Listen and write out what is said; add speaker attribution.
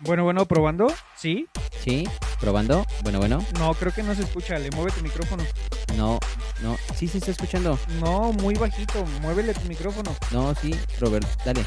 Speaker 1: Bueno, bueno, probando. Sí.
Speaker 2: Sí, probando. Bueno, bueno.
Speaker 1: No, creo que no se escucha. Le mueve tu micrófono.
Speaker 2: No, no. Sí, se está escuchando.
Speaker 1: No, muy bajito. Muévele tu micrófono.
Speaker 2: No, sí, Robert, dale.